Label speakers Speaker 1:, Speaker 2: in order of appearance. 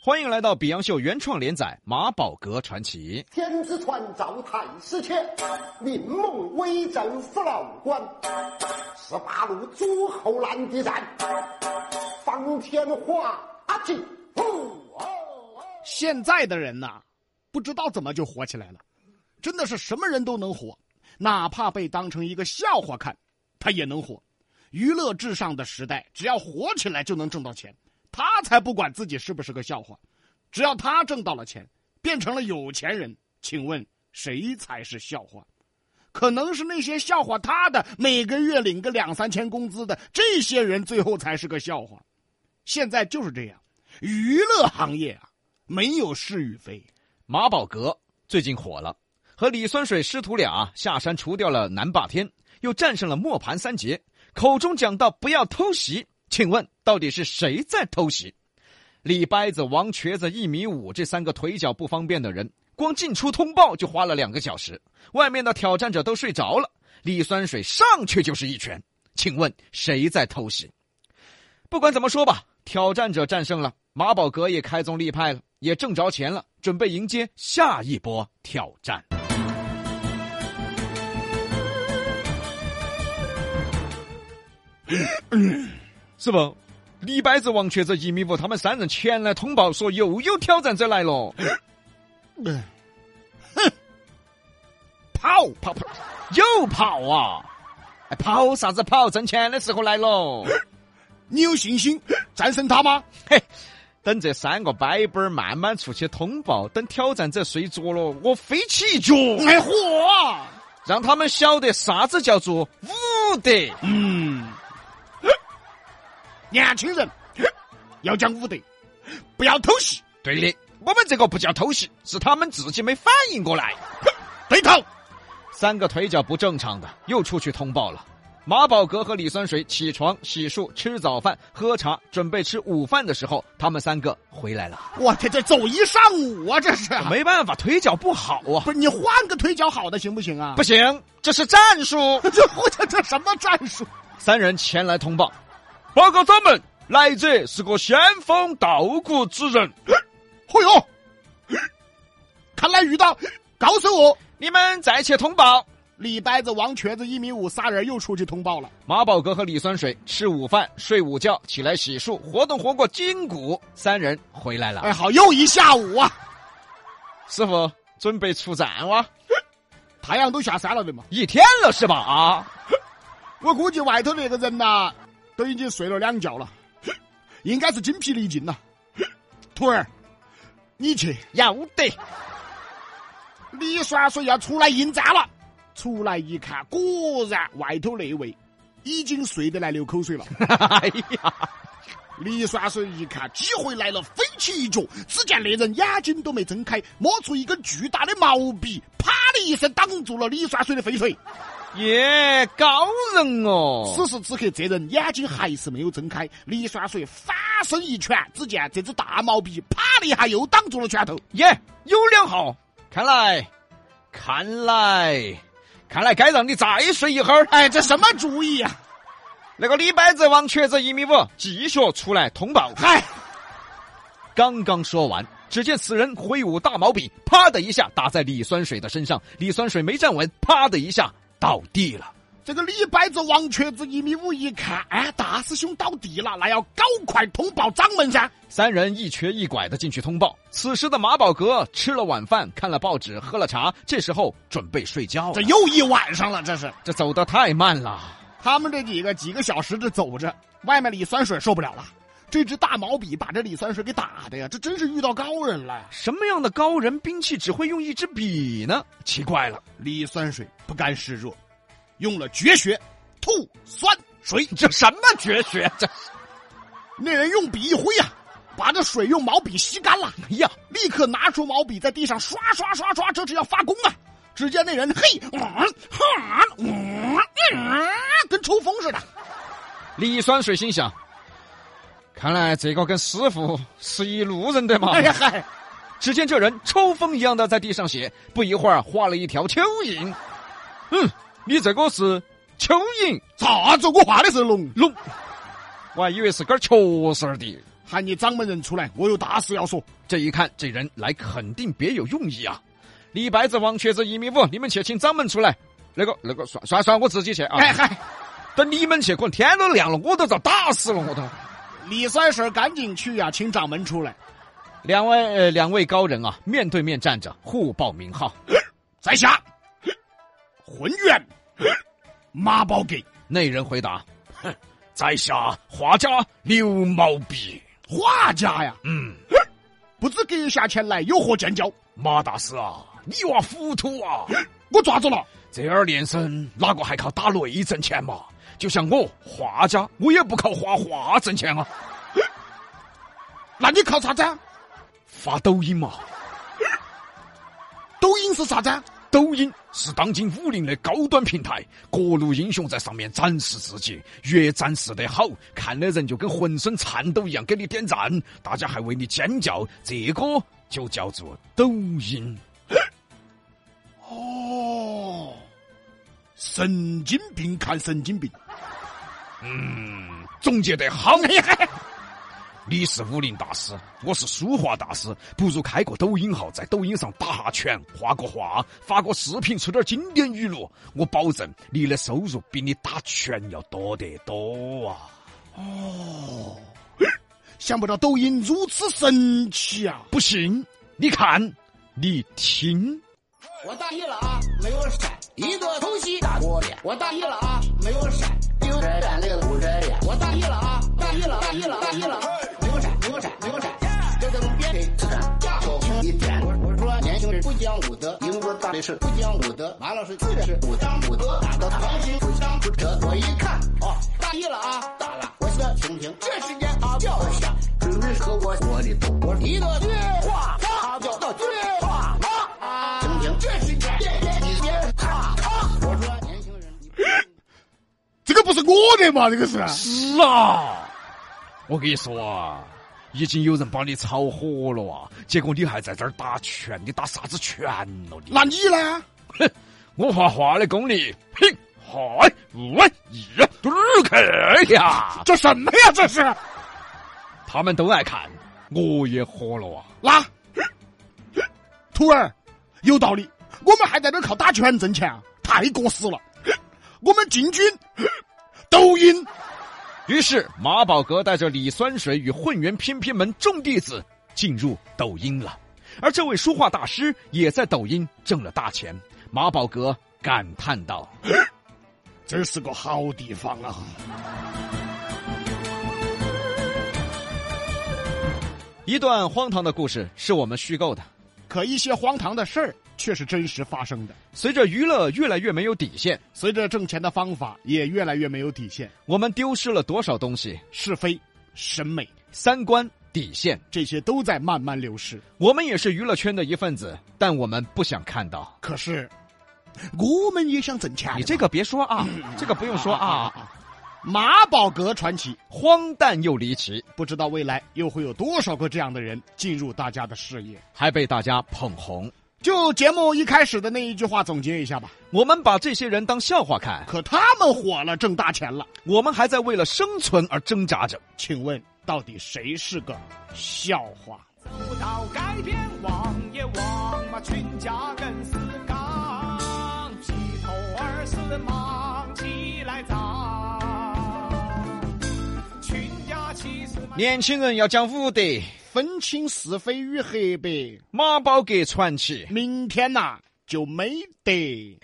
Speaker 1: 欢迎来到《比洋秀》原创连载《马宝格传奇》。
Speaker 2: 天之川召太师切，明梦威震扶老关。十八路诸侯难敌战，方天画戟。哦哦哦
Speaker 3: 现在的人呐、不知道怎么就火起来了，真的是什么人都能火，哪怕被当成一个笑话看，他也能火。娱乐至上的时代，只要火起来就能挣到钱，他才不管自己是不是个笑话，只要他挣到了钱，变成了有钱人，请问谁才是笑话？可能是那些笑话他的，每个月领个两三千工资的这些人，最后才是个笑话。现在就是这样，娱乐行业啊，没有是与非。
Speaker 1: 马宝格最近火了，和李酸水师徒俩下山除掉了南霸天，又战胜了磨盘三杰，口中讲到不要偷袭，请问到底是谁在偷袭？李掰子、王瘸子、一米五这三个腿脚不方便的人，光进出通报就花了两个小时，外面的挑战者都睡着了，李酸水上去就是一拳，请问谁在偷袭？不管怎么说吧，挑战者战胜了，马宝格也开宗立派了，也挣着钱了，准备迎接下一波挑战。师傅，李白子、王瘸子、一米五他们三人前来通报说又有挑战者来了。
Speaker 3: 哼，跑
Speaker 1: 跑跑，又跑啊！哎跑啥子跑？挣钱的时候来喽！
Speaker 3: 你有信心战胜他吗？
Speaker 1: 嘿，等这三个掰板儿慢慢出去通报，等挑战者睡着了，我飞起一脚，
Speaker 3: 哎嚯啊！
Speaker 1: 让他们晓得啥子叫做武德。
Speaker 3: 嗯，年轻人要讲武德，不要偷袭，
Speaker 1: 对的，我们这个不叫偷袭，是他们自己没反应过来。
Speaker 3: 对头。
Speaker 1: 三个腿脚不正常的又出去通报了。马宝格和李酸水起床、洗漱、吃早饭、喝茶，准备吃午饭的时候，他们三个回来了。
Speaker 3: 我天，这走一上午啊，这是
Speaker 1: 没办法，腿脚不好啊，
Speaker 3: 不是你换个腿脚好的行不行啊？
Speaker 1: 不行，这是战术。
Speaker 3: 这我 这这什么战术？
Speaker 1: 三人前来通报，报告掌门，来者是个仙风道骨之人。
Speaker 3: 哎呦，看来遇到高手哦！
Speaker 1: 你们再去通报。
Speaker 3: 李白子、王瘸子一米五仨人又出去通报了。
Speaker 1: 马宝格和李酸水吃午饭、睡午觉，起来洗漱，活动活过筋骨。三人回来了。
Speaker 3: 哎，好，又一下午啊，
Speaker 1: 师傅准备出战哇、
Speaker 3: 太阳都下山了的嘛。
Speaker 1: 一天了是吧？啊，
Speaker 3: 我估计外头那个人呐、都已经睡了两觉了，应该是精疲力尽了。徒儿，你去，
Speaker 1: 要得，
Speaker 3: 李栓水要出来应战了。出来一看，果然外头那位已经睡得来流口水了。
Speaker 1: 哎呀，
Speaker 3: 李栓水一看，机会来了，飞起一脚。只见那人眼睛都没睁开，摸出一根巨大的毛笔，啪的一声挡住了李栓水的飞腿。
Speaker 1: 耶，高人哦！
Speaker 3: 此时此刻，这人眼睛还是没有睁开。李栓水反身一拳，只见这只大毛笔啪的一下又挡住了拳头。
Speaker 1: 耶，有两号。看来，看来，看来该让你再睡一会儿。
Speaker 3: 哎，这什么主意呀、
Speaker 1: 那个李白子、王瘸子一米五，继续出来通报。
Speaker 3: 嗨，
Speaker 1: 刚刚说完，只见此人挥舞大毛笔，啪的一下打在李酸水的身上，李酸水没站稳，啪的一下倒地了。
Speaker 3: 这个李白子、王瘸子一米五一看，哎，大师兄倒地了，那要搞快通报掌门噻。
Speaker 1: 三人一瘸一拐的进去通报。此时的马宝格吃了晚饭，看了报纸，喝了茶，这时候准备睡觉了
Speaker 3: 这又一晚上了，这是
Speaker 1: 这走得太慢了，
Speaker 3: 他们这几个几个小时这走着，外面李酸水受不了了，这只大毛笔把这李酸水给打的呀，这真是遇到高人了。
Speaker 1: 什么样的高人兵器只会用一支笔呢？奇怪了，
Speaker 3: 李酸水不甘示弱，用了绝学吐酸水。
Speaker 1: 这什么绝学？这
Speaker 3: 那人用笔一挥呀、把这水用毛笔吸干了，
Speaker 1: 哎呀，
Speaker 3: 立刻拿出毛笔在地上刷刷刷刷，这是要发功啊！只见那人嘿，嗯嗯嗯，跟抽风似的。
Speaker 1: 李酸水心想，看来这个跟师傅是一路人的嘛。
Speaker 3: 哎呀嗨，
Speaker 1: 只见这人抽风一样的在地上写，不一会儿画了一条蚯蚓。嗯，你这个是蚯蚓
Speaker 3: 咋子？我画的是龙，
Speaker 1: 龙，我还以为是根儿雀丝儿的。
Speaker 3: 喊你掌门人出来，我有大事要说。
Speaker 1: 这一看，这人来肯定别有用意啊！李白子、王瘸子一米五，你们去请掌门出来。那个那个，算算算，我自己去啊！
Speaker 3: 哎嗨，
Speaker 1: 等你们去，可能天都亮了，我都遭打死了，我都。
Speaker 3: 李三婶赶紧去呀、请掌门出来。
Speaker 1: 两位呃，两位高人啊，面对面站着，互报名号。
Speaker 3: 在下浑元马宝给
Speaker 1: 那人回答：“在下画家刘毛笔。
Speaker 3: 画家呀，
Speaker 1: 嗯，
Speaker 3: 不知阁下前来有何见教？
Speaker 1: 马大师啊，你娃糊涂啊！
Speaker 3: 我抓住了，
Speaker 1: 这二年生哪个还靠打擂挣钱嘛？就像我画家，我也不靠画画挣钱啊，
Speaker 3: 那你靠啥子啊？
Speaker 1: 发抖音嘛。
Speaker 3: 抖音是啥子啊？
Speaker 1: 抖音是当今武林的高端平台，各路英雄在上面展示自己，越展示得好，看的人就跟浑身颤抖一样给你点赞，大家还为你尖叫，这个就叫做抖音。
Speaker 3: 哦，神经病看神经病，
Speaker 1: 嗯，总结得好。 你是武林大师，我是书画大师，不如开个抖音号，在抖音上打下拳，画个画，发个视频，出点经典语录，我保证你的收入比你打拳要多得多啊！
Speaker 3: 想不到抖音如此神奇啊！
Speaker 1: 不信，你看，你听。
Speaker 4: 我大意了啊，没有闪，一个偷袭大锅脸。我大意了啊，没有闪，丢人脸累了捂着脸。我大意了啊，大意了，大意了，大意了，没有闪，没有闪，没有闪，这个别给自个儿架手轻一点。我我说年轻人不讲武德，赢得大力士不讲武德，马老师自然是武当武德打得堂心不伤不折。我一看哦，大意了啊，大了，我是个平平。这时间啊叫一下，准备和我我里头，我一个绝画他叫到绝画马。蜻蜓，这是你别别你别哈哈！我说年轻人，你
Speaker 3: 这个不是我的嘛？这个是
Speaker 1: 是啊，我跟你说啊，已经有人把你炒火了啊，结果你还在这儿打拳，你打啥子拳了你？
Speaker 3: 那你呢？
Speaker 1: 哼， 我画画的功力，嘿，嗨，喂，一，都去呀！
Speaker 3: 这什么呀？这是
Speaker 1: 他们都爱看，我也火了啊！
Speaker 3: 那徒嗯儿有道理，我们还在这儿靠打拳挣钱啊，太过时了。嗯我们进军抖音，
Speaker 1: 于是马宝格带着李酸水与混元偏偏门众弟子进入抖音了，而这位书画大师也在抖音挣了大钱。马宝格感叹道。
Speaker 3: 这是个好地方啊！
Speaker 1: 一段荒唐的故事是我们虚构的。
Speaker 3: 可一些荒唐的事儿却是真实发生的。
Speaker 1: 随着娱乐越来越没有底线，
Speaker 3: 随着挣钱的方法也越来越没有底线，
Speaker 1: 我们丢失了多少东西？
Speaker 3: 是非、审美
Speaker 1: 三观、底线。
Speaker 3: 这些都在慢慢流失。
Speaker 1: 我们也是娱乐圈的一份子，但我们不想看到。
Speaker 3: 可是，我们也想挣钱。
Speaker 1: 你这个别说啊，这个不用说啊，
Speaker 3: 马宝格传奇，
Speaker 1: 荒诞又离奇，
Speaker 3: 不知道未来又会有多少个这样的人进入大家的视野。
Speaker 1: 还被大家捧红。
Speaker 3: 就节目一开始的那一句话总结一下吧：
Speaker 1: 我们把这些人当笑话看，
Speaker 3: 可他们火了，挣大钱了，
Speaker 1: 我们还在为了生存而挣扎着。
Speaker 3: 请问到底谁是个笑话？
Speaker 5: 不到改变王爷王嘛，群家跟四刚，披头二十忙起来早，群家七十忙。
Speaker 1: 年轻人要讲武德，
Speaker 3: 分清是非与黑白。
Speaker 1: 马宝格传奇。
Speaker 3: 明天呐、就没得。